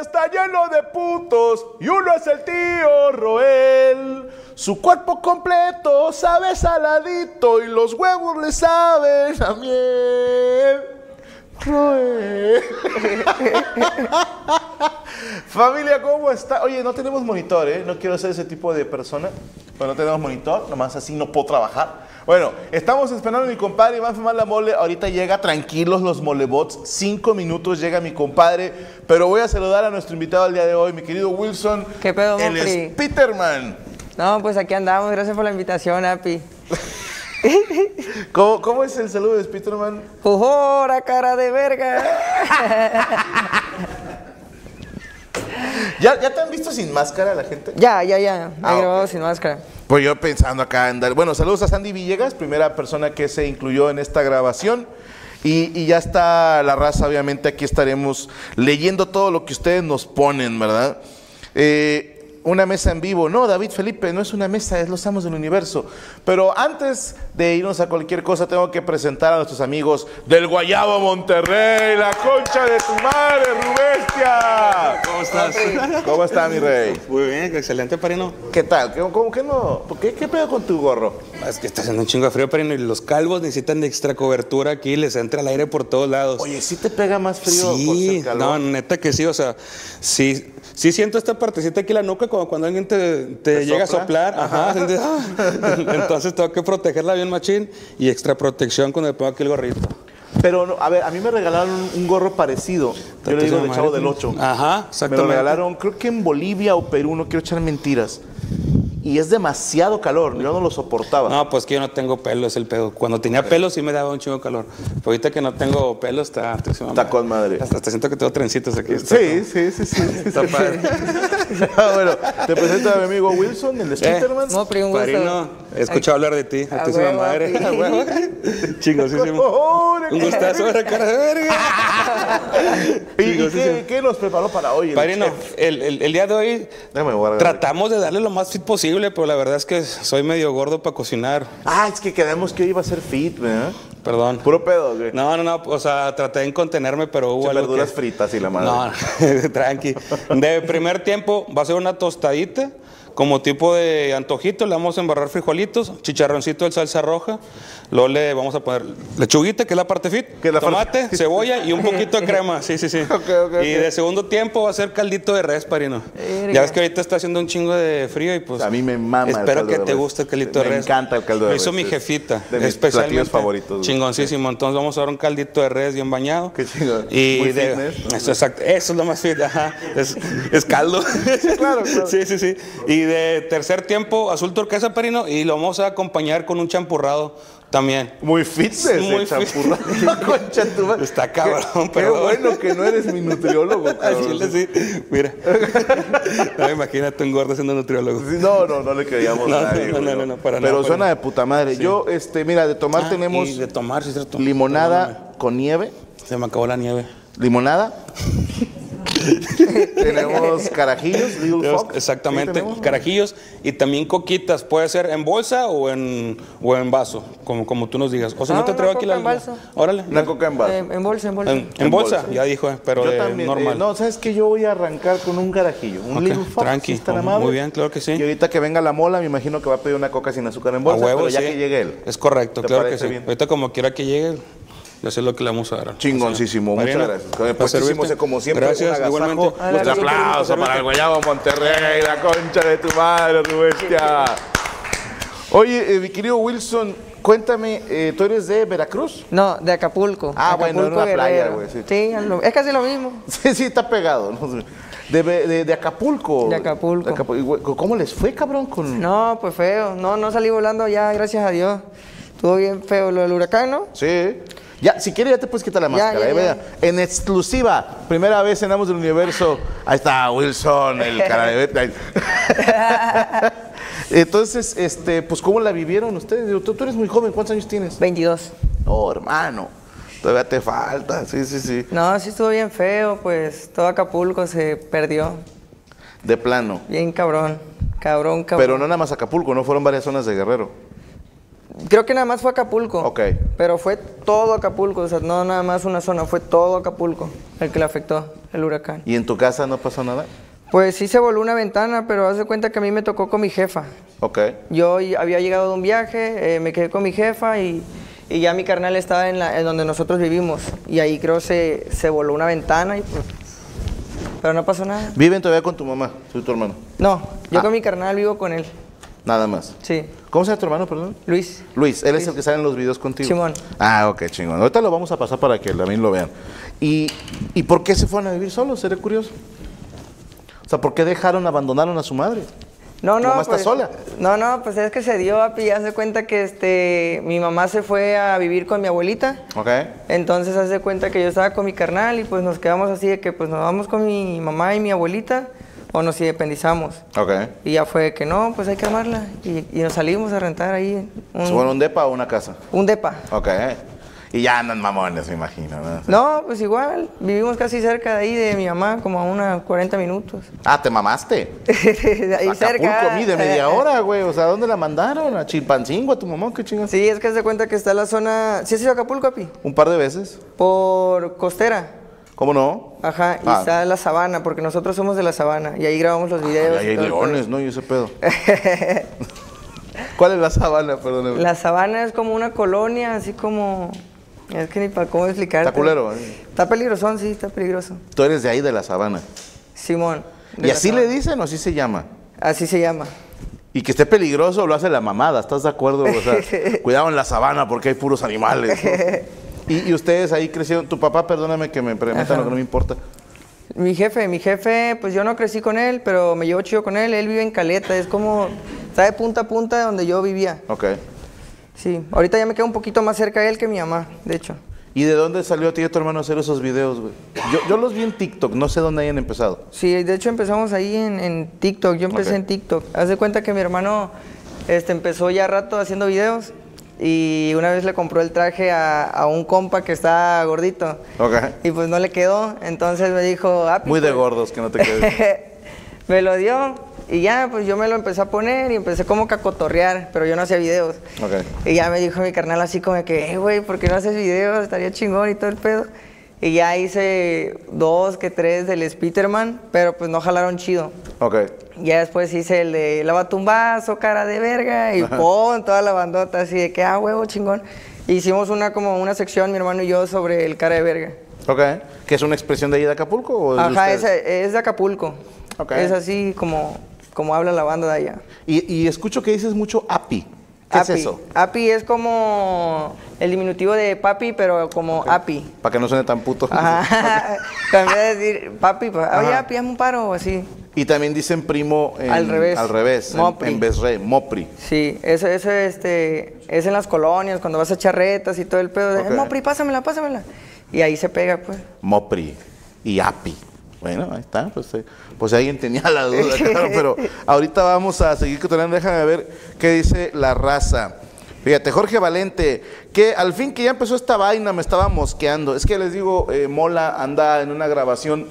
está lleno de putos y uno es el tío Roel. Su cuerpo completo sabe saladito y los huevos le saben a miel. Roel. Familia, ¿cómo está? Oye, no tenemos monitor, ¿eh? No quiero ser ese tipo de persona. Bueno, no tenemos monitor, nomás así no puedo trabajar. Bueno, estamos esperando a mi compadre Iván Femar la Mole. Ahorita llega tranquilos los molebots. Cinco minutos llega mi compadre. Pero voy a saludar a nuestro invitado al día de hoy, mi querido Wilson. ¿Qué pedo, Él Mofri? es Peterman. No, pues aquí andamos. Gracias por la invitación, Api. ¿Cómo, cómo es el saludo de Spiderman? ¡Jujora, cara de verga! ¿Ya, ¿Ya te han visto sin máscara la gente? Ya, ya, ya. Me Ah, he grabado ok. sin máscara. Pues yo pensando acá en dar. Bueno, saludos a Sandy Villegas, primera persona que se incluyó en esta grabación. Y, y ya está la raza, obviamente aquí estaremos leyendo todo lo que ustedes nos ponen, ¿verdad? Eh, una mesa en vivo. No, David Felipe, no es una mesa, es los amos del universo. Pero antes de irnos a cualquier cosa, tengo que presentar a nuestros amigos del Guayabo Monterrey, la concha de tu madre, Rubestia. ¿Cómo estás? ¿Cómo está, mi rey? Muy bien, excelente, Perino. ¿Qué tal? ¿Cómo, cómo que no? ¿Por qué, ¿Qué pedo con tu gorro? Es que está haciendo un chingo de frío, Perino, y los calvos necesitan de extra cobertura aquí, les entra el aire por todos lados. Oye, sí te pega más frío por sí, ser calor. no, neta que sí, o sea, sí, sí siento esta partecita aquí en la nuca como cuando alguien te, te llega sopla? a soplar. Ajá. sientes, ah. Entonces tengo que protegerla bien, machín, y extra protección cuando me pongo aquí el gorrito. Pero, no, a ver, a mí me regalaron un, un gorro parecido. Yo le digo de Chavo del 8. Ajá, Me lo exactamente. regalaron, creo que en Bolivia o Perú, no quiero echar mentiras. Y es demasiado calor, yo no lo soportaba. No, pues que yo no tengo pelo, es el pedo. Cuando tenía pelo sí me daba un chingo de calor. Pero ahorita que no tengo pelo está... Está con madre. Hasta, hasta siento que tengo trencitos aquí. está sí, sí, sí, sí, sí, está padre. No, bueno, te presento a mi amigo Wilson, Eh, el de Spiderman. No, pero un gusto. Padrino, he escuchado hablar de ti, a A tu santa huevo, madre. sí. A huevo. Chingosísimo. ¡Cojones! Un gustazo, era cara de verga. ¿Y, y Chingosísimo. qué, qué nos preparó para hoy? el Padrino, chef? el, el- el día de hoy Déjame guardar. tratamos de darle lo más fit posible, pero la verdad es que soy medio gordo para cocinar. Ah, es que quedamos que hoy iba a ser fit, ¿verdad? Perdón. Puro pedo, güey. No, no, no, o sea, traté de contenerme, pero hubo Che, algo verduras que- fritas y la madre. No, tranqui. De primer tiempo va a ser una tostadita Como tipo de antojito, le vamos a embarrar frijolitos, chicharroncito de salsa roja, luego le vamos a poner lechuguita, que es la parte fit, Que es la tomate, parte- cebolla y un poquito de crema. Sí, sí, sí. ok, y ok. de segundo tiempo va a ser caldito de res, parino. Verga. Ya ves que ahorita está haciendo un chingo de frío y pues. A mí me mama el Espero caldo que de te res. guste el caldito de Me res. encanta el caldo de Lo hizo res, mi es jefita. de mis especialmente. platillos favoritos, güey. Chingoncísimo. Entonces vamos a dar un caldito de res bien bañado. Qué chingón. Y Muy de- fitness, ¿no? eso, exacto. Eso es lo más fit. Ajá. Es, es caldo. claro, claro. Sí, sí, sí. Y de tercer tiempo, azul turquesa, perino. Y lo vamos a acompañar con un champurrado también. Muy fitness, Muy muy fit. champurrado. Concha tu madre. Está cabrón, Qué- perdón. Qué bueno que no eres mi nutriólogo, Al cabrón. chile sí. Mira. No, imagínate un gordo siendo nutriólogo. Sí, No, no, no le creíamos No, a nadie. no, güey, no, no, para Pero nada, para suena nada. de puta madre. Yo, este, mira, de tomar Ah, tenemos y de tomar, sí, es cierto. limonada con nieve. Perdóname, Se me acabó la nieve. Limonada. tenemos carajillos, Little Tenemos- Fox. Sí, Exactamente, tenemos. carajillos y también coquitas, puede ser en bolsa o en, o en vaso, como, como tú nos digas. O sea, Ah, no te una traigo aquí coca la. en vaso. Órale. Una coca en vaso. Eh, en bolsa, en bolsa. En, en en bolsa, bolsa. ya dijo, eh, pero de Yo también. eh, normal. no, ¿sabes que Yo voy a arrancar con un carajillo. Un Ok, Little Fox. si tranqui, es tan muy amable. bien, claro que sí. Y ahorita que venga la mola, me imagino que va a pedir una coca sin azúcar en bolsa. a huevo, pero ya sí. que llegue él. Es correcto, ¿Te claro que parece sí. bien? Ahorita como quiera que llegue, yo sé lo que le vamos a dar. Chingoncísimo, Así que, muchas Mariana, gracias. para Puestísimo, servirte. sé como siempre, un Gracias, agasajo. igualmente. Un Gusto servirte, gusto aplauso para servirte. el Guayabo Monterrey, la concha de tu madre, tu bestia. Oye, eh, mi querido Wilson, cuéntame, eh, ¿tú eres de Veracruz? No, de Acapulco. Ah, bueno, en Acapulco, una playa, Guerrero. güey, sí. Sí, es lo- es casi lo mismo. Sí, sí, está pegado. no sé. De, Ve- de- de Acapulco. De Acapulco. Acapu- y, güey, ¿Cómo les fue, cabrón? Con... No, pues feo. No, no salí volando ya, gracias a Dios. Estuvo bien feo lo del huracán, ¿no? Sí. Ya, si quieres ya te puedes quitar la Ya, máscara. ya, eh, ya. vea. En exclusiva, primera vez en Amos del Universo. Ahí está Wilson, el cara de Batman. Entonces, este, pues, ¿cómo la vivieron ustedes? Digo, Tú, tú eres muy joven, ¿cuántos años tienes? 22. No, hermano, todavía te falta. Sí, sí, sí. No, sí estuvo bien feo, pues todo Acapulco se perdió. De plano. Bien cabrón. Cabrón, cabrón. Pero no nada más Acapulco, no fueron varias zonas de Guerrero. Creo que nada más fue Acapulco. Ok. Pero fue todo Acapulco, o sea, no nada más una zona, fue todo Acapulco el que le afectó el huracán. ¿Y en tu casa no pasó nada? Pues sí se voló una ventana, pero haz de cuenta que a mí me tocó con mi jefa. Ok. Yo y- había llegado de un viaje, eh, me quedé con mi jefa y, y ya mi carnal estaba en, la- en donde nosotros vivimos. Y ahí creo se, se voló una ventana y pues... Pero no pasó nada. ¿Viven todavía con tu mamá, tú y tu hermano? No, yo Ah. con mi carnal vivo con él. Nada más. Sí, ¿Cómo se llama tu hermano, perdón? Luis. Luis, él es el que sale en los videos contigo. Simón. Ah, ok, chingón. Ahorita lo vamos a pasar para que también lo vean. ¿Y, ¿y por qué se fueron a vivir solos? Seré curioso. O sea, ¿por qué dejaron, abandonaron a su madre? No, ¿Tu no. mamá está pues, sola? No, no, pues es que se dio, papi, hace cuenta que este, mi mamá se fue a vivir con mi abuelita. Ok. Entonces hace cuenta que yo estaba con mi carnal y pues nos quedamos así de que pues nos vamos con mi mamá y mi abuelita o nos independizamos. Ok. Y ya fue que no, pues hay que amarla. Y, y nos salimos a rentar ahí ¿Se un, fueron a un depa o una casa? un depa. Ok. Y ya andan mamones, me imagino. ¿no? No, pues igual, vivimos casi cerca de ahí de mi mamá, como a unos 40 minutos. Ah, te mamaste. de ahí Acapulco, cerca. a mí, de media hora, güey. O sea, ¿dónde la mandaron? ¿A Chilpancingo, a tu mamá? ¿Qué chingas? Sí, es que se cuenta que está la zona. ¿Sí has ido a Acapulco, Api? Un par de veces. Por costera. ¿Cómo no? Ajá, y Ah. está la sabana, porque nosotros somos de la sabana. Y ahí grabamos los videos. Ahí y hay todo el rollo. leones, ¿no? Y ese pedo. ¿Cuál es la sabana? Perdóname. La sabana es como una colonia, así como. Es que ni para cómo explicarte. Está culero, ¿eh? Está peligrosón, sí, está peligroso. Tú eres de ahí, de la sabana. Simón. de ¿Y la así sabana. le dicen o así se llama? Así se llama. Y que esté peligroso lo hace la mamada, ¿estás de acuerdo? O sea, cuidado en la sabana porque hay puros animales. ¿no? Y, y ustedes ahí crecieron, tu papá, perdóname que me preguntan lo que no me importa. Mi jefe, mi jefe, pues yo no crecí con él, pero me llevo chido con él. Él vive en Caleta, es como. Está de punta a punta de donde yo vivía. Ok. Sí, ahorita ya me quedo un poquito más cerca de él que mi mamá, de hecho. ¿Y de dónde salió a ti y a tu hermano hacer esos videos, güey? Yo, yo los vi en TikTok, no sé dónde hayan empezado. Sí, de hecho empezamos ahí en, en TikTok. Yo empecé Ok. en TikTok. Haz de cuenta que mi hermano este, empezó ya rato haciendo videos y una vez le compró el traje a, a un compa que está gordito. Ok. Y pues no le quedó. Entonces me dijo, "Api, Muy de pues, gordos, que no te quedes. me lo dio y ya, pues yo me lo empecé a poner y empecé como que a cotorrear, pero yo no hacía videos. Ok. Y ya me dijo mi carnal así como que, "Eh, güey, ¿por qué no haces videos? Estaría chingón y todo el pedo. Y ya hice dos que tres del Spiderman, pero pues no jalaron chido. Ok. Ya después hice el de lavatumbazo, cara de verga, y pon toda la bandota así de que, ah, huevo, chingón. Hicimos una como una sección, mi hermano y yo, sobre el cara de verga. Ok. ¿Que es una expresión de ahí de Acapulco? O de Ajá, ustedes? es, es de Acapulco. Ok. Es así como, como habla la banda de allá. Y, y escucho que dices mucho api. ¿Qué Api. es eso? Api es como el diminutivo de papi, pero como api. Para que no suene tan puto. Ajá. También decir papi, pa- oye, Ajá. api, hazme un paro, o así. Y también dicen primo en- Al revés. Al revés. en- Mopri. En, vez re, mopri. Sí, eso, eso este, es en las colonias, cuando vas a charretas y todo el pedo. De, Ok. "Eh, Mopri, pásamela, pásamela. Y ahí se pega, pues. Mopri y api. Bueno, ahí está. Pues, eh, pues alguien tenía la duda, claro. Pero ahorita vamos a seguir cotorreando. Déjame ver qué dice la raza. Fíjate, Jorge Valente, que al fin que ya empezó esta vaina, me estaba mosqueando. Es que les digo, eh, Mola anda en una grabación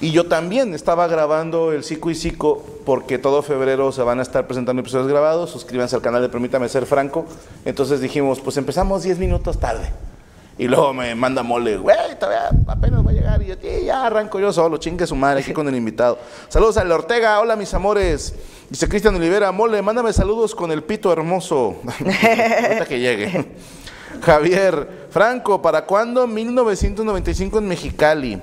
Y yo también estaba grabando el Cico y Cico porque todo febrero se van a estar presentando episodios grabados. Suscríbanse al canal de Permítame Ser Franco. Entonces dijimos, pues empezamos 10 minutos tarde. Y luego me manda mole, güey, todavía apenas va a llegar. Y yo, "Sí, ya arranco yo solo, chingue su madre, aquí con el invitado. Saludos al Ortega, hola mis amores. Dice Cristian Olivera, mole, mándame saludos con el pito hermoso. Ahorita que llegue. Javier, Franco, ¿para cuándo 1995 en Mexicali?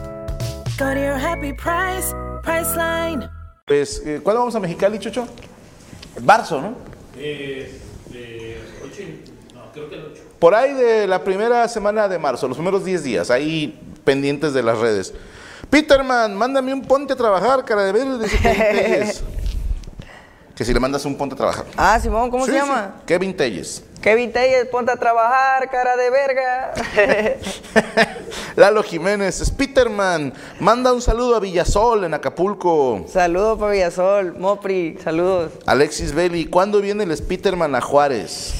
Go to your happy price, Priceline. Pues, eh, ¿cuándo vamos a Mexicali, Chucho? Barzo, ¿no? Por ahí de la primera semana de marzo, los primeros 10 días, ahí pendientes de las redes. Peterman, mándame un ponte a trabajar, cara de verde. dice Kevin Telles. que si le mandas un ponte a trabajar. Ah, Simón, ¿cómo Sí, se sí, llama? Kevin Telles. Kevin Telles, ponte a trabajar, cara de verga. Lalo Jiménez, Spiderman, manda un saludo a Villasol en Acapulco. saludos para Villasol, Mopri, saludos. Alexis Belli, ¿cuándo viene el Spiderman a Juárez?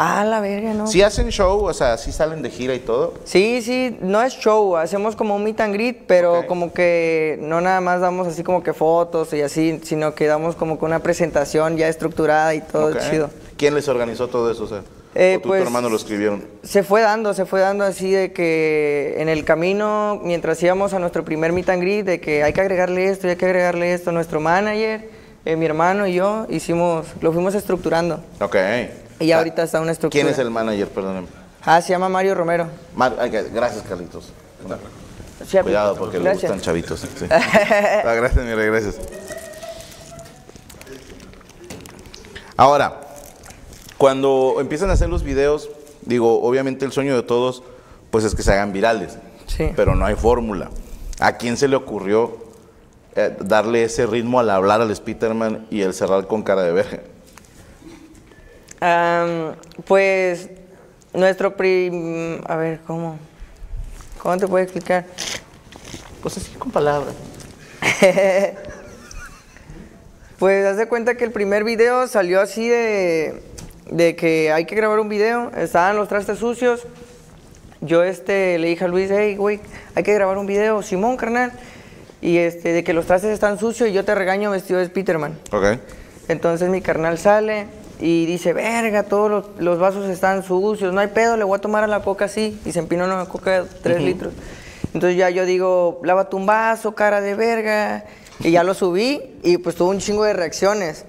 Ah, la verga, ¿no? Si hacen show, o sea, si salen de gira y todo. Sí, sí, no es show, hacemos como un meet and greet, pero Ok. como que no nada más damos así como que fotos y así, sino que damos como que una presentación ya estructurada y todo Ok. chido. ¿Quién les organizó todo eso? O sea, Eh, ¿o tú y pues- tu hermano lo escribieron. Se fue dando, se fue dando así de que en el camino, mientras íbamos a nuestro primer meet and greet, de que hay que agregarle esto, y hay que agregarle esto, nuestro manager, eh, mi hermano y yo hicimos, lo fuimos estructurando. Ok. Y ya ahorita está una estructura. Ah, ¿Quién es el manager? Perdóname. Ah, se llama Mario Romero. Mar- ay, que- gracias, Carlitos. Sí, Cuidado, porque le gracias. gustan chavitos. sí. Ah, gracias, mira, gracias. Ahora, cuando empiezan a hacer los videos, digo, obviamente el sueño de todos, pues es que se hagan virales. Sí. Pero no hay fórmula. ¿A quién se le ocurrió eh, darle ese ritmo al hablar al Spiderman y el cerrar con cara de verga? Am, pues nuestro prim... A ver, ¿cómo? ¿Cómo te puedo explicar? Pues así con palabras. Pues haz de cuenta que el primer video salió así de, de que hay que grabar un video, estaban los trastes sucios. Yo este, le dije a Luis, hey, güey, hay que grabar un video, Simón, carnal. Y este, de que los trastes están sucios y yo te regaño vestido de Spiderman. Ok. Entonces mi carnal sale y dice, verga, todos los, los vasos están sucios, no hay pedo, le voy a tomar a la coca así. Y se empinó una coca de tres litros. Entonces ya yo digo, lávate un vaso, cara de verga. Y ya lo subí y pues tuvo un chingo de reacciones.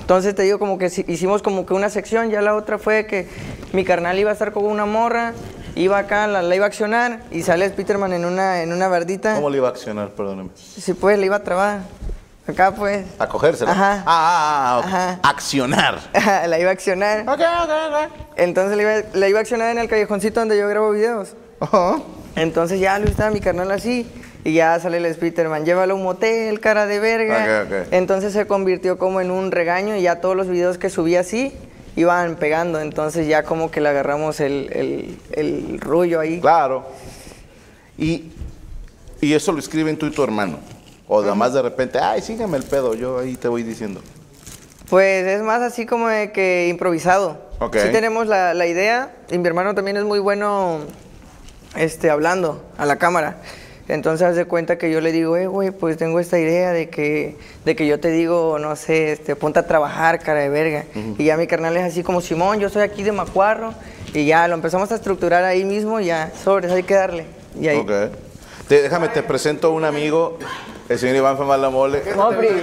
Entonces te digo como que si- hicimos como que una sección, ya la otra fue que mi carnal iba a estar con una morra, iba acá, la, la iba a accionar y sale Spiderman en una, en una verdita. Ah. ¿Cómo le iba a accionar? Perdóname. Si pues, le iba a trabar. Acá pues. A cogérsela. Ajá. Ah, ah, ah, ok. Ajá. Accionar. la iba a accionar. Ok, ok, Entonces le iba, le iba a accionar en el callejoncito donde yo grabo videos. ok. Ajá. Entonces ya Luis estaba mi carnal así. Y ya sale el Spiderman, llévalo a un motel, cara de verga. Ok, ok. Entonces se convirtió como en un regaño y ya todos los videos que subí así iban pegando. Entonces ya como que le agarramos el, el, el rollo ahí. Claro. Y, y eso lo escriben tú y tu hermano. O nada más de repente, ay, sígueme el pedo, yo ahí te voy diciendo. Pues es más así como de que improvisado. Ok. Sí tenemos la, la idea y mi hermano también es muy bueno este, hablando a la cámara. Entonces haz de cuenta que yo le digo, eh, güey, pues tengo esta idea de que, de que yo te digo, no sé, este, ponte a trabajar, cara de verga. Y ya mi carnal es así como, Simón, yo soy aquí de Macuarro. Y ya lo empezamos a estructurar ahí mismo, y ya, sobres, hay que darle. Y ahí. Ok. Te- déjame, te presento un amigo, el señor Iván Famala Mole. Hombre.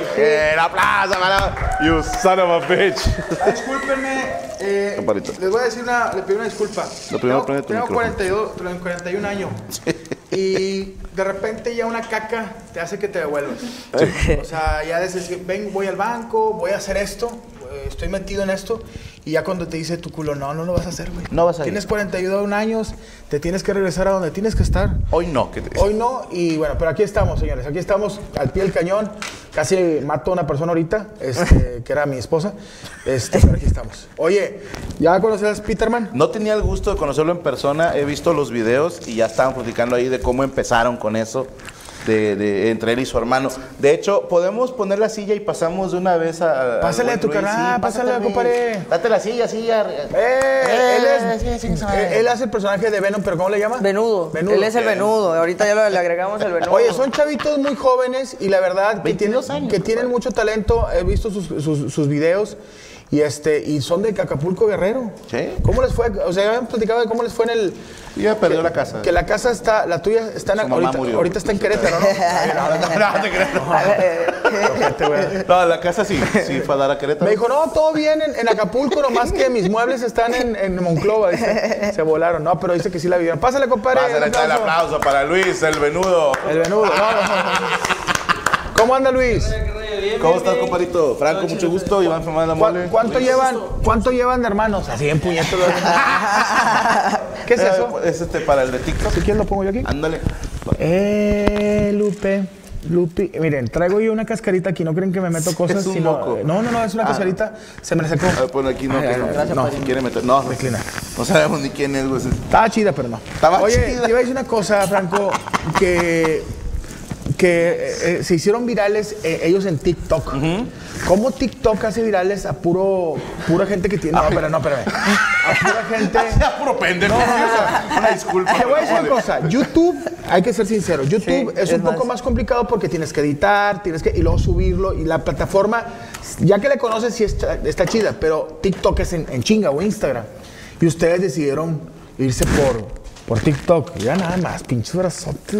la plaza, mala. You son of a bitch. Ah, Discúlpenme, eh, Compadrito. les voy a decir una, les pido una disculpa. Lo primero, tengo, prende tu tengo micrófono. 42, tengo 41 años y de repente ya una caca te hace que te devuelvas. O sea, ya dices, ven, voy al banco, voy a hacer esto, eh, estoy metido en esto y ya cuando te dice tu culo, no, no lo vas a hacer, güey. No vas a ir. Tienes 41 años, te tienes que regresar a donde tienes que estar. Hoy no, ¿qué te dice? Hoy no, y bueno, pero aquí estamos, señores. Aquí estamos al pie del cañón. Casi mato a una persona ahorita, este, que era mi esposa. Este, pero aquí estamos. Oye, ¿ya conoces a Peterman? No tenía el gusto de conocerlo en persona, he visto los videos y ya estaban platicando ahí de cómo empezaron con eso, de, de- entre él y su hermano. De hecho, podemos poner la silla y pasamos de una vez a... a- Pásale al a tu Luis, carnal, pásale, Luis. compadre. Date la silla, silla. Eh, él, es- sí, sí, sí, eh, él hace el personaje de Venom, pero ¿cómo le llama? Venudo. Él es el venudo. Ahorita ya lo- le agregamos el venudo. Oye, son chavitos muy jóvenes y la verdad que, 22 tienen, años, que tienen mucho talento. He visto sus, sus- sus videos y este y son de Acapulco Guerrero. Sí. ¿Cómo les fue? O sea, ya habían platicado de cómo les fue en el. Ya perdió la casa. Que la casa está, la tuya está en Su mamá ahorita, murió. ahorita está en Querétaro, ¿no? No, te creas, no. Ojete, güey. eh, No, la casa sí, sí, fue a dar a Querétaro. Me dijo, no, todo bien en, en Acapulco, nomás que mis muebles están en, en Monclova. Dice, se volaron. No, pero dice que sí la vivieron. Pásale, compadre. Pásale, un está el aplauso para Luis, el venudo. El venudo. No, no, no. ¿Cómo anda Luis? ¿Cómo estás, compadrito? Franco, mucho gusto. Iván Fernández la ¿Cu- Mole. ¿Cuánto llevan, ¿Cuánto llevan de hermanos? Así en puñetos. ¿Qué es Eh, eso? Es este para el de TikTok. ¿Si quieres lo pongo yo aquí? Ándale. Eh, Lupe. Lupi, miren, traigo yo una cascarita aquí, no creen que me meto cosas. Es un sino- moco. No, no, no, es una Ah. cascarita, se me secó. A ver, ponlo aquí, no, que no, no, si quiere meter. No, Reclina. No sabemos ni quién es, güey. Estaba chida, pero no. Estaba Oye, chida. te iba a decir una cosa, Franco, que, que eh, eh, se hicieron virales eh, ellos en TikTok. ¿Cómo TikTok hace virales a puro, pura gente que tiene... No, pero no, espérame. A pura gente... Sea puro pendejo. Una disculpa. Te voy a decir una Mole. cosa, YouTube, hay que ser sincero, YouTube Sí, es un es poco más. más complicado porque tienes que editar, tienes que y luego subirlo y la plataforma, ya que le conoces sí está, está chida, pero TikTok es en, en chinga o Instagram. Y ustedes decidieron irse por, por TikTok, ya nada más, pinches brazotes.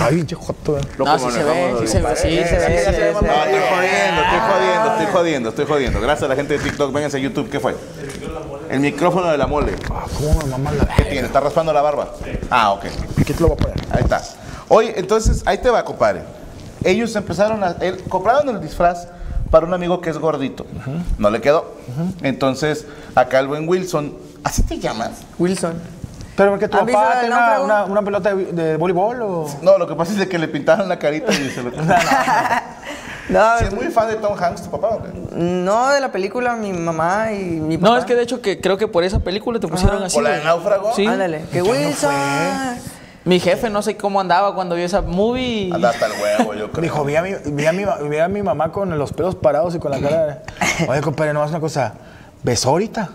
Ay, pinche joto. eh. No, como nos vamos, compadre. sí, se ve, se ve, se No, estoy Ah. ve. jodiendo, estoy jodiendo, estoy jodiendo, estoy jodiendo. Gracias a la gente de TikTok. Vénganse a YouTube. ¿Qué fue? El micrófono de la mole. Ah, ¿Cómo me maman la ¿Qué tiene? ¿Está raspando la barba? Ah, ok. ¿Qué te lo voy a poner? Ahí está. Oye, entonces, ahí te va, compadre. Ellos empezaron a. él- compraron el disfraz para un amigo que es gordito. No le quedó. Entonces, acá el buen Wilson. ¿Así te llamas? Wilson. ¿Pero porque tu ¿Han visto papá el tiene una, náufrago? una- una pelota de, de voleibol o...? No, lo que pasa es de que le pintaron la carita y se lo. No, Si es muy fan de Tom Hanks, tu papá. ¿o qué? no de la película, mi mamá y mi papá. No, es que de hecho que creo que por esa película te pusieron así. ¿Por la güey. de Náufrago? Sí. Ándale, que Wilson. Mi jefe no sé cómo andaba cuando vio esa movie. Anda hasta el huevo, yo creo. Dijo, vi a, mi, vi a mi ma- vi a mi mamá con los pelos parados y con la cara. de- Oye, compadre, nomás una cosa. ¿Besó ahorita?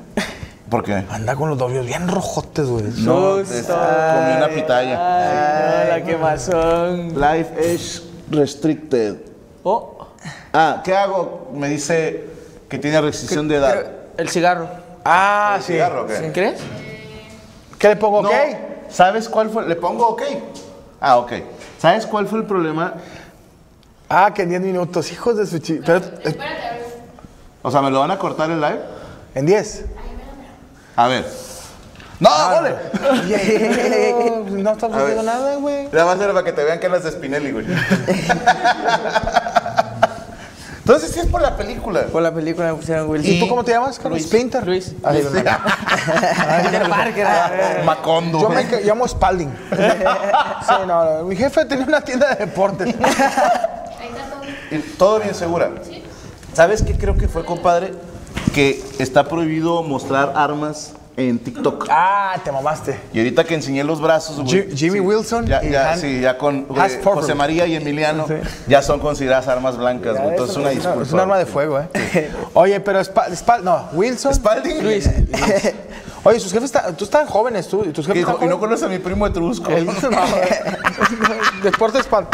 ¿Por qué? Anda con los novios bien rojotes, güey. No, es- comí una pitaya. Ah, la quemazón. Life is restricted. Oh, Ah, ¿qué hago? Me dice que tiene restricción de edad. el cigarro. Ah, sí. ¿Cigarro o qué? ¿Crees? ¿Qué le pongo, No, ok? ¿Sabes cuál fue? Le pongo ok. Ah, ok. ¿Sabes cuál fue el problema? Ah, que en 10 minutos, hijos de su chi... Pero, eh, O sea, ¿me lo van a cortar el live? ¿En 10? A ver. ¡No, mole! Ah, No, no está Ah, A ver. haciendo nada, güey. La más era para que te vean que las de Spinelli, güey. Entonces sí es por la película. Por la película me pusieron Wilson. ¿Y tú cómo te llamas, Carlos? Ah, Splinter. Luis. Ay, no, no, no. Peter Parker. Ah, Macondo. Yo me ca- llamo Spalding. Sí, no, no, mi jefe tenía una tienda de deportes. Y Todo bien segura. ¿Sabes qué creo que fue, compadre? Que está prohibido mostrar armas en TikTok. Ah, te mamaste. Y ahorita que enseñé los brazos, güey. Ji- Jimmy Wilson Ya, y ya, Han- sí, ya con güey, Hans Forward. José María y Emiliano Sí. ya son consideradas armas blancas, güey. Entonces, una es, disculpa. es un arma de güey. fuego, ¿eh? Oye, pero Spal, Spal- no, Wilson. Spalding. Luis. Oye, sus jefes, están- tú están jóvenes, tú. Y tus Que jefes dijo, están y no jóvenes. conoces a mi primo Etrusco. El- no, Deporte Spal.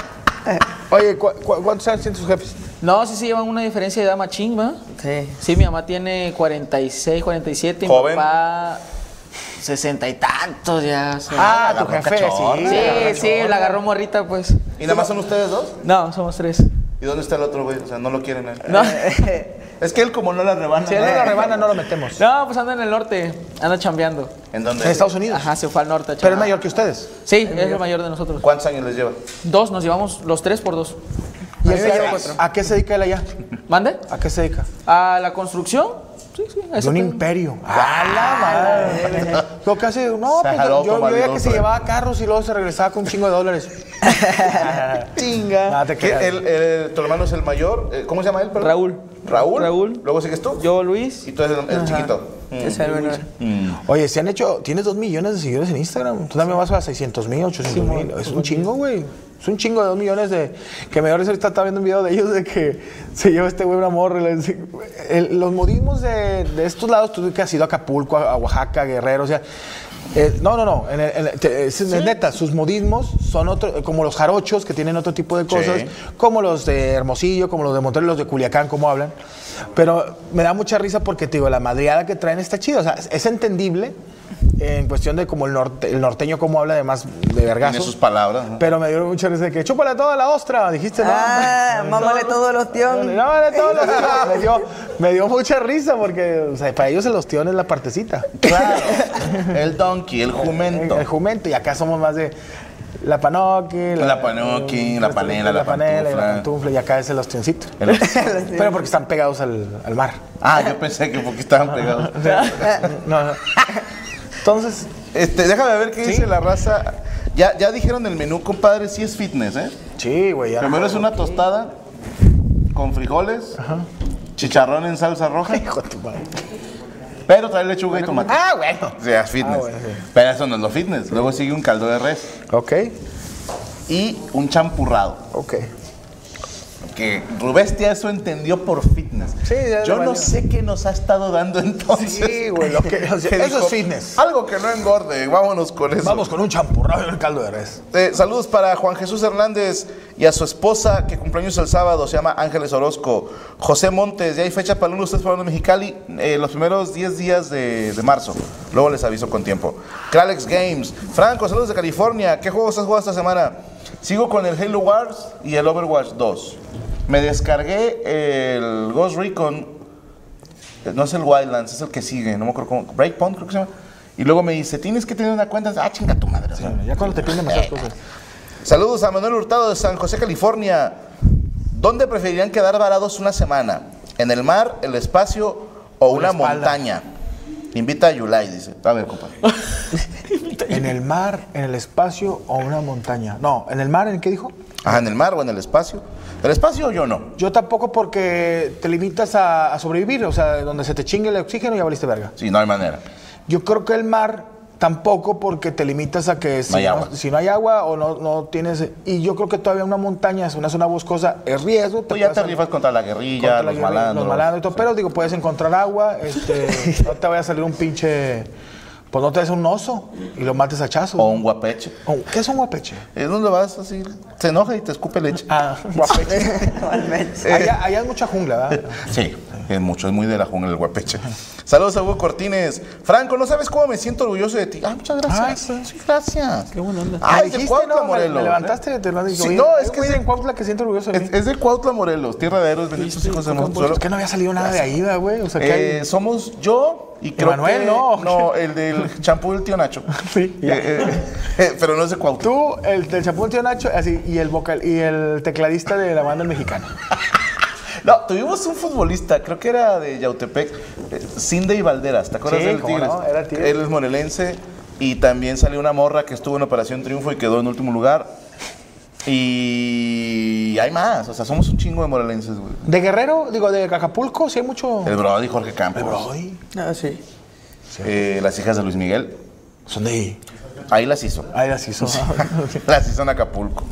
eh, Oye, ¿cu cu- cuántos años tienen tus jefes? No, sí, sí, llevan una diferencia de edad machín, ¿verdad? Sí. Sí, mi mamá tiene 46, 47 y Joven. mi papá 60 y tantos ya. o sea. Ah, agarró tu jefe, cachorro. sí, sí. sí, la agarró morrita, pues. ¿Y nada más son ustedes dos? No, somos tres. ¿Y dónde está el otro, güey? O sea, no lo quieren. a él. No, Eh. Es que él como no la rebana. Si no la rebana, no lo metemos. no pues anda en el norte, anda chambeando. ¿En dónde? En Estados Unidos. Ajá, se fue al norte a Pero es chambear. mayor que ustedes. Sí, es el mayor de nosotros. ¿Cuántos años les lleva? Dos, nos llevamos los tres por dos. ¿Y Ahí él me allá- llevo cuatro. ¿A qué se dedica él allá? ¿Mande? ¿A qué se dedica? ¿A la construcción? Sí, sí. a Es eso un te- imperio. ¡A la madre! Lo que hace, no, Se pues jaló yo, yo como veía algodón, que se güey. llevaba carros y luego se regresaba con un chingo de dólares. Chinga. No, te creas. el, el- tu hermano es el mayor. eh, ¿Cómo se llama él? perdón? Raúl. Raúl. Raúl. Luego sigues tú. Yo, Luis. Y tú eres el, el chiquito. Mm. Es el menor. Oye, se han hecho, tienes dos millones de seguidores en Instagram. Tú también vas a 600 mil, 800 mil. es un chingo, güey. Es un chingo de dos millones de. Que me ahorita ahorita estaba viendo un video de ellos de que se lleva este güey una morra. y le dice- el- los modismos de, de estos lados, tú que has ido a Acapulco, a, a Oaxaca, Guerrero, o sea. eh, no, no, no. en el- en el- te- es, es neta, sus modismos son otro, como los jarochos que tienen otro tipo de cosas, Sí. como los de Hermosillo, como los de Monterrey, los de Culiacán, como hablan. Pero me da mucha risa porque te digo, la madriada que traen está chida. O sea, es- es entendible en cuestión de como el, norte, el norteño, cómo habla además de Tiene vergazo. sus palabras. ¿no? Pero me dio mucha risa de que chúpale toda la ostra, dijiste. ¿no? Ah, mámale todos los tíos. No, vale, todos los tíos. Me dio, me dio mucha risa porque o sea, para ellos el ostión es la partecita. Claro. el donkey, el jumento. El, el jumento. Y acá somos más de la panoqui. La panoqui, la panela, la y pantufla. la pantufla. Y acá es el ostioncito. El- Pero porque están pegados al, al mar. ah, yo pensé que porque estaban pegados. No, no. Entonces, Este, déjame ver qué dice la raza. Ya, ya dijeron el menú, compadre, sí es fitness, ¿eh? sí, güey. ya. Primero es una tostada con frijoles, chicharrón en salsa roja, Hijo de tu madre. pero trae lechuga y tomate. Ah, bueno. O sea, es fitness. Ah, bueno, sí. Pero eso no es lo fitness. Luego sigue un caldo de res Ok, y un champurrado. ok. Que Rubestia eso entendió por fitness. Sí, ya Yo lo no valió. sé qué nos ha estado dando entonces. Sí, güey, lo que- o sea, eso es fitness. Algo que no engorde. Vámonos con eso. Vamos con un champurrado en el caldo de res. Eh, saludos para Juan Jesús Hernández y a su esposa que cumpleaños el sábado, se llama Ángeles Orozco. José Montes, ya hay fecha para uno, ustedes para uno en Mexicali, eh, los primeros 10 días de, de marzo. Luego les aviso con tiempo. Kralex Games, Franco, saludos de California. ¿Qué juegos has jugado esta semana? Sigo con el Halo Wars y el Overwatch 2. Me descargué el Ghost Recon Eh, no es el Wildlands, es el que sigue, no me acuerdo cómo, Breakpoint creo que se llama. Y luego me dice, tienes que tener una cuenta, ah, chinga tu madre. o sea. Ya cuando te piden demasiadas cosas. Saludos a Manuel Hurtado de San José, California. ¿Dónde preferirían quedar varados una semana? ¿En el mar, el espacio o una la espalda. montaña? Invita a Yulai, dice. A ver, compadre. Eh. ¿En el mar, en el espacio o una montaña? No, ¿en el mar en qué dijo? Ajá, ¿en el mar o en el espacio? ¿El espacio yo no? Yo tampoco porque te limitas a, a sobrevivir, o sea, donde se te chingue el oxígeno ya valiste verga. Sí, no hay manera. Yo creo que el mar tampoco porque te limitas a que si hay agua. si no hay agua o no, no tienes... Y yo creo que todavía una montaña, es una zona boscosa, es riesgo. Tú ya puedes te salir- rifas contra la guerrilla, contra la los, guerrilla, malandros. los malandros y todo, Pero digo, puedes encontrar agua, este, no te vaya a salir un pinche. Pues no te des un oso y lo mates a chazo. O un guapeche. ¿Qué es un guapeche? Es donde vas así, se enoja y te escupe leche. Ah, guapeche. allá, allá es mucha jungla, ¿verdad? Sí, es mucho, es muy de la jungla el guapeche. Saludos a Hugo Cortines. Franco, no sabes cómo me siento orgulloso de ti. Ah, muchas gracias. Ay, sí, gracias. Qué buena onda. Ah, Me es de dijiste, Cuautla, ¿no? Me- Morelos. Me, levantaste y te lo dije. Sí, oye, no, es yo que voy ¿eh?". es de- en Cuautla que siento orgulloso de mí. Es, es de Cuautla, Morelos, tierra de héroes, benditos hijos de nuestro suelo. Es que no había salido nada de ahí, ¿verdad, güey. O sea, que Eh, hay- somos yo y creo Emanuel, que- no. el del champú del tío Nacho. Sí, ya. Eh, eh, eh, pero no es de Cuautla. Tú, el del chapón tío Nacho, así, y el vocal, y el tecladista de la banda mexicana. No, tuvimos un futbolista, creo que era de Yautepec, eh, Cindy Valderas, ¿te acuerdas Sí, del cómo Tigres? no, era Tigres. Él es morelense y también salió una morra que estuvo en Operación Triunfo y quedó en último lugar. Y hay más, o sea, somos un chingo de morelenses, güey. Eh, De Guerrero, digo, de Acapulco, sí hay mucho. pues, El Brody, Jorge Campos. Brody. Ah, sí. eh, las hijas de Luis Miguel. Son de ahí. Ahí las hizo. Ahí las hizo. las hizo en Acapulco.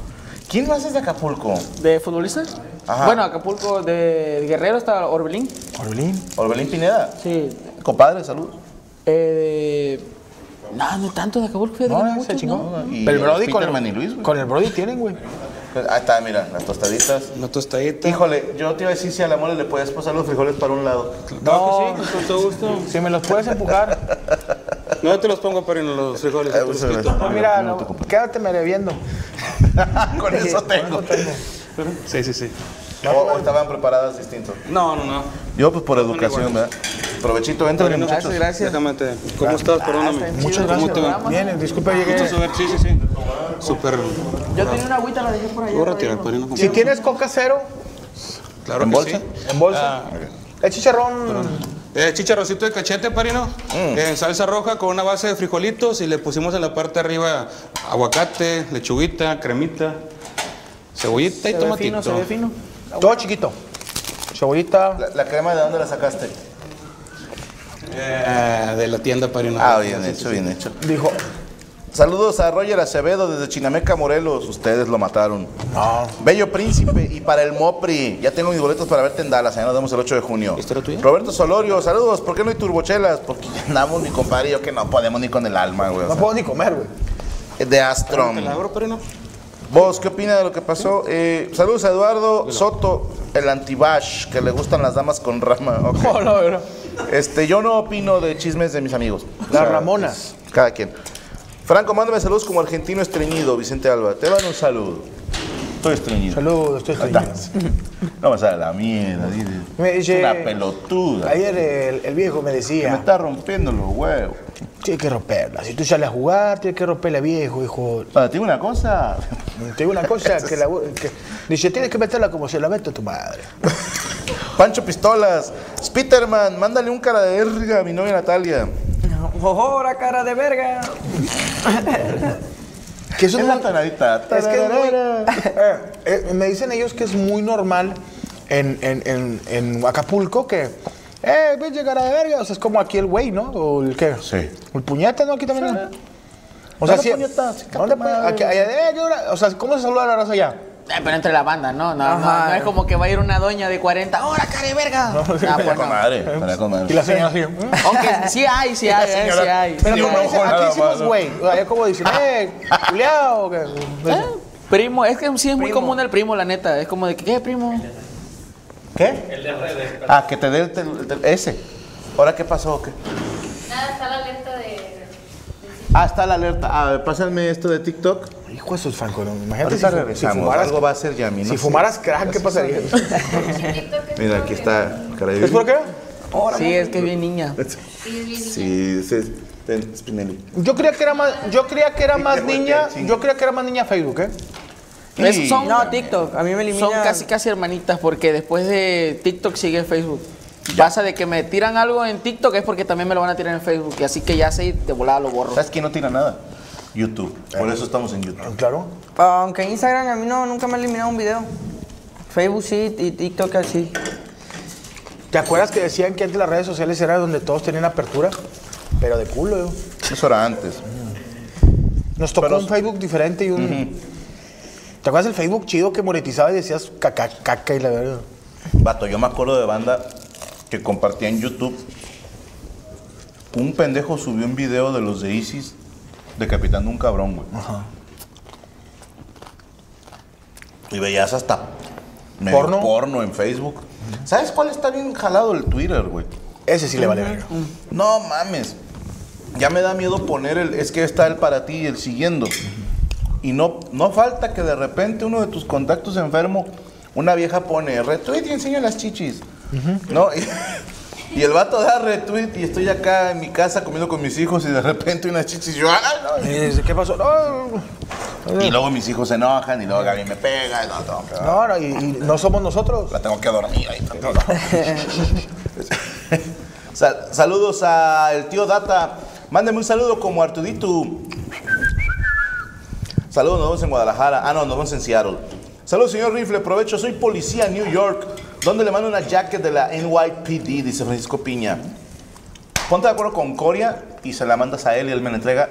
¿Quién las hace de Acapulco? ¿De futbolista? Ajá. Bueno, Acapulco, de Guerrero hasta Orbelín. Orbelín. Orbelín Pineda. Sí. Compadre, salud. Eh, de- No, no tanto de Acapulco, fíjate, no, No, mucho, se chingó. ¿no? Y Pero el Brody Peter con el, Man y Luis, güey. con el Brody tienen, güey. Ahí Ah, está, mira, las tostaditas. Una tostadita. Híjole, yo te iba a decir si a la mole le podías pasar los frijoles para un lado. No, que sí, con todo gusto. Si me los puedes empujar. No, yo te los pongo, pero en los Eh, frijoles. Ah, yo te pues, los quito. No, mira, no, quédate me debiendo. Con eso tengo. Sí, sí, sí. O, o estaban preparadas distinto. No, no, no. Yo, pues por educación, ¿verdad? Provechito, entren, Bueno, muchachos. gracias. Déjame te- ¿Cómo estás? Perdóname. Muchas ¿Cómo te va? Ah, gracias. Bien, eh, disculpa, Gusto llegué. saber, sí, sí, sí. Súper. Yo tenía una agüita, la dejé por allá. Voy a retirar, padrino. Si tienes coca cero, Claro ¿En que bolsa? sí. en bolsa, Ah, es chicharrón. eh, chicharroncito de cachete, parino. En salsa roja con una base de frijolitos y le pusimos en la parte de arriba aguacate, lechuguita, cremita, cebollita y Se ve tomatito. fino, se ve fino. Todo chiquito. Cebollita. La, la crema, ¿de dónde la sacaste? Eh, de la tienda, parino. Ah, bien hecho, bien hecho. Dijo, Saludos a Roger Acevedo desde Chinameca, Morelos. Ustedes lo mataron. Bello Príncipe y para el Mopri. Ya tengo mis boletos para verte en Dallas. Allá nos vemos el 8 de junio. ¿Historia tuya? Roberto Solorio, saludos. ¿Por qué no hay turbochelas? Porque ya andamos, mi compadre, y yo que no podemos ni con el alma, güey. o no puedo ni comer, güey. sea, de Astrom. ¿Te la abro, parino? ¿Vos qué opina de lo que pasó? Eh, saludos a Eduardo Soto, el antibash, que le gustan las damas con rama. ok. Este, yo no opino de chismes de mis amigos. O Las sea, Ramonas. Cada quien. Franco, mándame saludos como argentino estreñido, Vicente Alba. Te dan un saludo. Estoy estreñido. Saludos, estoy estreñido. No me sale la mierda, dice. Me Es dice- una pelotuda. Ayer el, el viejo Que me me decía, está rompiendo los huevos. tienes que romperla. Si tú sales a jugar, tienes que romperla, viejo, hijo. O sea, te digo una cosa. Te digo una cosa, que la... que- dice, tienes que meterla como se la meto a tu madre. Pancho Pistolas, Spiderman, mándale un cara de verga a mi novia Natalia. ¡Jojora, cara de verga! Eh, Que eso Es no- la tonadita. Es que es muy- Eh, eh, me dicen ellos que es muy normal en, en- en- en Acapulco que. ¡Eh, ves llegar a la verga! O sea, es como aquí el güey, ¿no? ¿O el qué? Sí. El puñete, ¿no? Aquí también. ¿no? O Dale sea, sí. puñeta, sí, cata ¿Dónde puñe- madre. aquí- allá- eh, llora. O sea, ¿cómo se saluda la raza allá? Eh, pero entre la banda, ¿no? No, no, Ajá. no es como que va a ir una doña de 40. ¡Hora, cara de verga! No, pues Estaría con no. madre, estaría con madre. Y la señora así. ¿eh? Aunque sí hay, sí hay, eh, sí hay. Pero Sí, como un dicen, ojo aquí nada decimos más, ¿no? güey. O sea, allá como dicen, ¡eh, culiao! que- pues, Eh, Primo, es que sí es muy Primo. común el primo, la neta. Es como de que, ¿qué, primo? ¿Qué? El de redes. Ah, que te dé el, tel- el tel- ese. ¿Ahora qué pasó o qué? Nada, está la alerta de... Ah, está la alerta. A ver, pásenme esto de TikTok. Hijo de sus francos, ¿no? imagínate Ahorita si, fu- si regresamos. fumaras. Algo va a ser Yami, ¿no? Si fumaras crack, ¿qué pasaría? Mira, aquí está. Caray, ¿Es por qué? Sí, es que es bien niña. Sí, sí. es- ten, Spinelli. Yo creía que era más, yo creía que era Sí, más te voy a niña, echar el yo creía que era más niña Facebook, ¿eh? Es- son, No, TikTok. A mí me elimina... son casi casi hermanitas porque después de TikTok sigue Facebook. Pasa de que me tiran algo en TikTok es porque también me lo van a tirar en Facebook. Y así que ya sé y de volada lo borro. ¿Sabes quién no tira nada? YouTube. Por eso estamos en YouTube. Ah, Claro. Aunque Instagram a mí no, nunca me ha eliminado un video. Facebook sí y TikTok así. ¿Te acuerdas que decían que antes las redes sociales era donde todos tenían apertura? Pero de culo, yo. Eso era antes. Nos tocó Pero- un Facebook diferente y un. ¿Te acuerdas el Facebook chido que monetizaba y decías caca, caca y la verdad? Vato, yo me acuerdo de banda que compartía en YouTube. Un pendejo subió un video de los de ISIS decapitando un cabrón, güey. Y veías hasta medio ¿Porno? porno en Facebook. ¿Sabes cuál está bien jalado el Twitter, güey? Ese sí le vale verga. No mames. Ya me da miedo poner el. Es que está el para ti y el siguiendo. Y no, no falta que de repente uno de tus contactos enfermo, una vieja pone retweet y enseña las chichis. ¿No? Y, y el vato da retweet y estoy acá en mi casa comiendo con mis hijos y de repente unas chichis. Yo, ¡ah, Y dices, ¿Qué pasó? No, no! Y luego mis hijos se enojan y luego Gaby me pega. y No, tengo que- no, no, y, y no somos nosotros. la tengo que dormir ahí. No, no. Sal- saludos al tío Data. Mándeme un saludo como Artudito. Saludos, nos vemos en Guadalajara. Ah, no, nos vemos en Seattle. Saludos, señor Rifle. Provecho, soy policía en New York. ¿Dónde le mando una jacket de la NYPD? Dice Francisco Piña. Ponte de acuerdo con Coria y se la mandas a él y él me la entrega.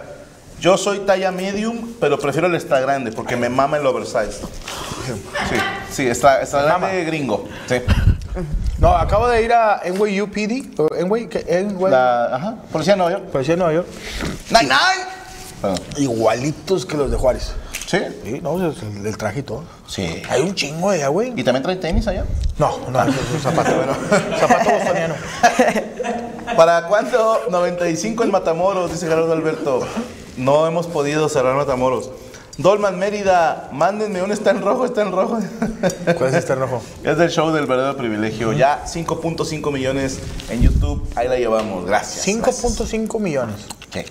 Yo soy talla medium, pero prefiero el extra grande porque me mama el oversize. Sí, sí, extra, extra grande gringo. Sí. No, acabo de ir a NYUPD. o NY, ¿qué? NY, La, ajá, policía de Nueva York. Policía de Nueva York. ¡Night, night! Perdón. Igualitos que los de Juárez. Sí. Sí, no, es el, el traje y todo. Sí. Hay un chingo allá, güey. ¿Y también trae tenis allá? No, no, eso es un zapato, bueno. zapato bostoniano. ¿Para cuándo 95 en Matamoros? Dice Gerardo Alberto. No hemos podido cerrar Matamoros. Dolman Mérida, mándenme un está en rojo, está en rojo. ¿Cuál es este rojo? Es del show del verdadero privilegio. Ya 5.5 millones en YouTube. Ahí la llevamos. Gracias. gracias. 5.5 millones. Sí.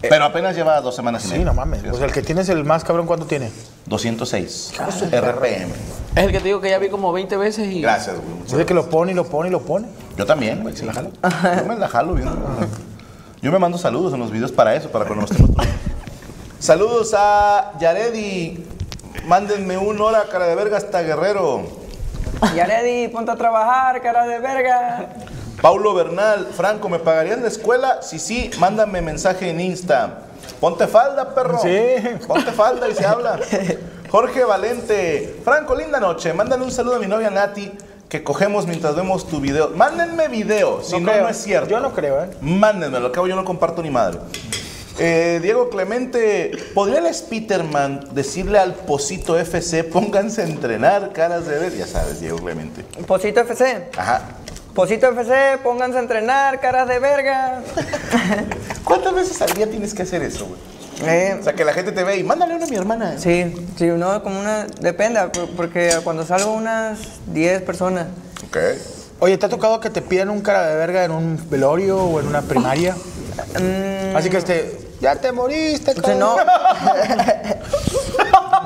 Pero apenas lleva dos semanas y Sí, media. no mames. O sea, el que tienes el más cabrón, ¿cuánto tiene? 206. RPM. Es el que te digo que ya vi como 20 veces y. Gracias, güey. muchas Es el que lo pone y lo pone y lo pone. Yo también, güey. sí. Yo me la jalo bien. Yo me mando saludos en los videos para eso, para cuando nos estemos poniendo. Saludos a Yaredi. Mándenme un hora, cara de verga, hasta Guerrero. Yaredi, ponte a trabajar, cara de verga. Paulo Bernal, Franco, ¿me pagarían la escuela? Sí, sí, mándame mensaje en Insta. Ponte falda, perro. Sí. Ponte falda y se habla. Jorge Valente, Franco, linda noche. Mándale un saludo a mi novia Nati, que cogemos mientras vemos tu video. Mándenme video, si no, no, creo. es cierto. Yo no creo, ¿eh? Mándenme, lo cabo yo no comparto ni madre. Eh, Diego Clemente, ¿podría el Spiderman decirle al Posito FC, pónganse a entrenar caras de ver? Ya sabes, Diego Clemente. Posito FC. Ajá. Posito FC, pónganse a entrenar, caras de verga. ¿Cuántas veces al día tienes que hacer eso, güey? Eh, O sea, que la gente te ve y mándale una a mi hermana. sí, sí, no, como una. Depende, por- porque cuando salgo unas 10 personas. Ok. Oye, ¿te ha tocado que te pidan un cara de verga en un velorio o en una primaria? Así que este, ya te moriste, Entonces, no. cabrón.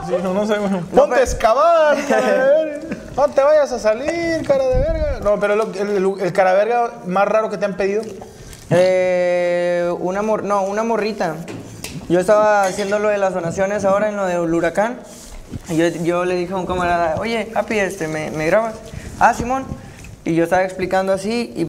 Sí, no, no sé, bueno. No, Ponte a pero- excavar, cara de verga. No te vayas a salir, cara de verga. No, pero lo- el, el- el cara de verga más raro que te han pedido. Eh, una mor- no, una morrita. Yo estaba haciendo lo de las donaciones ahora en lo del huracán. Y yo, yo le dije a un camarada, oye, Happy, este, ¿me, me grabas? Ah, Simón. Y yo estaba explicando así y